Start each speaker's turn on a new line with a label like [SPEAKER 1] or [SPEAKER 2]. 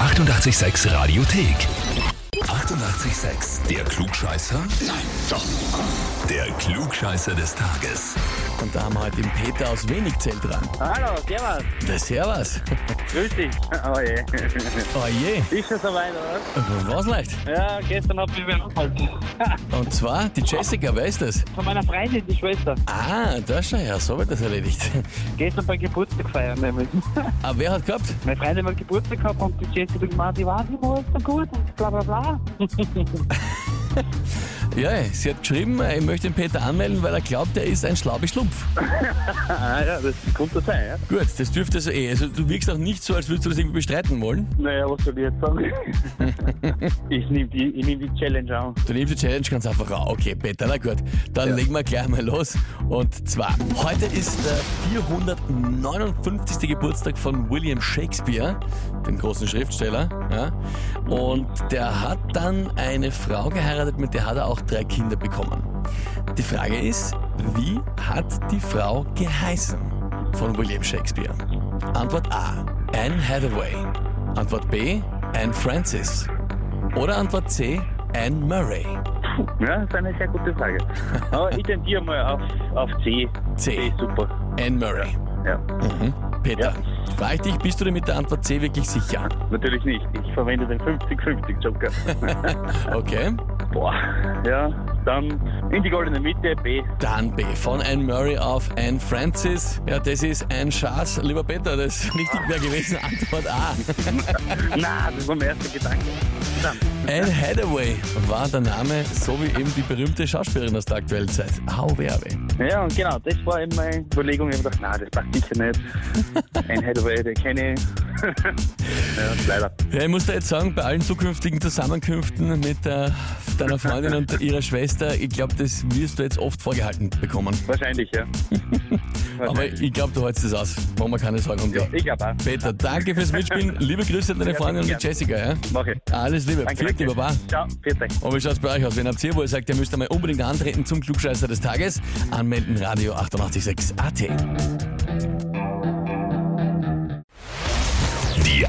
[SPEAKER 1] 886 Radiothek. 88,6. Der Klugscheißer? Nein, doch. Der Klugscheißer des Tages.
[SPEAKER 2] Und da haben wir heute den Peter aus Wenigzell dran.
[SPEAKER 3] Hallo, servus.
[SPEAKER 2] Der Servus.
[SPEAKER 3] Grüß dich. Oh je.
[SPEAKER 2] Oh je,
[SPEAKER 3] Ist schon soweit, oder?
[SPEAKER 2] was leicht.
[SPEAKER 3] Ja, gestern hab ich mich angehalten.
[SPEAKER 2] Und zwar, die Jessica, weißt du das?
[SPEAKER 3] Von meiner Freundin, die Schwester.
[SPEAKER 2] Ah, da schau her, so wird das erledigt.
[SPEAKER 3] Gestern beim Geburtstag feiern nämlich.
[SPEAKER 2] Aber wer hat gehabt?
[SPEAKER 3] Meine Freundin hat Geburtstag gehabt und die Jessica gemeint, die war immer alles so gut und bla bla bla.
[SPEAKER 2] Ja, sie hat geschrieben, ich möchte den Peter anmelden, weil er glaubt, er ist ein schlauber Schlumpf.
[SPEAKER 3] Ah ja, das könnte sein, ja.
[SPEAKER 2] Gut, das dürfte so eh. Also du wirkst auch nicht so, als würdest du das irgendwie bestreiten wollen.
[SPEAKER 3] Naja, was soll ich jetzt sagen? ich nehme die, ich nehm die Challenge an.
[SPEAKER 2] Du nimmst die Challenge ganz einfach an. Okay, Peter, na gut. Dann legen wir gleich mal los. Und zwar, heute ist der 459. Geburtstag von William Shakespeare, dem großen Schriftsteller. Ja. Und der hat dann eine Frau geheiratet, mit der hat er auch drei Kinder bekommen. Die Frage ist, wie hat die Frau geheißen von William Shakespeare? Antwort A. Anne Hathaway. Antwort B. Anne Francis. Oder Antwort C. Anne Murray.
[SPEAKER 3] Ja, das ist eine sehr gute Frage. Aber ich tendiere mal auf, auf C.
[SPEAKER 2] C.
[SPEAKER 3] ist super.
[SPEAKER 2] Anne Murray.
[SPEAKER 3] Ja,
[SPEAKER 2] Peter,
[SPEAKER 3] Ja.
[SPEAKER 2] frage ich dich, bist du dir mit der Antwort C wirklich sicher?
[SPEAKER 3] natürlich nicht. Ich verwende den 50-50 Joker.
[SPEAKER 2] Okay.
[SPEAKER 3] Boah, ja, dann in die goldene Mitte, B.
[SPEAKER 2] Dann B. Von Anne Murray auf Anne Francis. Ja, das ist Anne Schatz. Lieber Peter, das ist richtig mehr gewesen. Antwort A.
[SPEAKER 3] Na, das war mein erster Gedanke. Dann,
[SPEAKER 2] Anne Hathaway war der Name, so wie eben die berühmte Schauspielerin aus der aktuellen Zeit. Hau Werbe.
[SPEAKER 3] ja, und genau, das war eben meine Überlegung. Ich habe gedacht, na, das passt sicher nicht. Ein Hathaway, den kenne ich. ja, leider.
[SPEAKER 2] Ja, ich muss da jetzt sagen, bei allen zukünftigen Zusammenkünften mit äh, deiner Freundin und ihrer Schwester, ich glaube, das wirst du jetzt oft vorgehalten bekommen.
[SPEAKER 3] Wahrscheinlich, ja.
[SPEAKER 2] Aber ich glaube, du hältst das aus. Machen wir keine Sorgen um dich.
[SPEAKER 3] ja ich glaube auch.
[SPEAKER 2] Peter, danke fürs Mitspielen. Liebe Grüße an deine
[SPEAKER 3] Ja,
[SPEAKER 2] Freundin und die
[SPEAKER 3] gerne.
[SPEAKER 2] Jessica. Ja?
[SPEAKER 3] Mach ich.
[SPEAKER 2] Alles Liebe.
[SPEAKER 3] Danke,
[SPEAKER 2] Vierte,
[SPEAKER 3] danke.
[SPEAKER 2] Baba.
[SPEAKER 3] Ciao, vierte.
[SPEAKER 2] Und wie schaut's bei euch aus? Wenn habt ihr, wo ihr sagt, ihr müsst einmal unbedingt antreten zum Klugscheißer des Tages, anmelden Radio 886 AT.
[SPEAKER 1] Die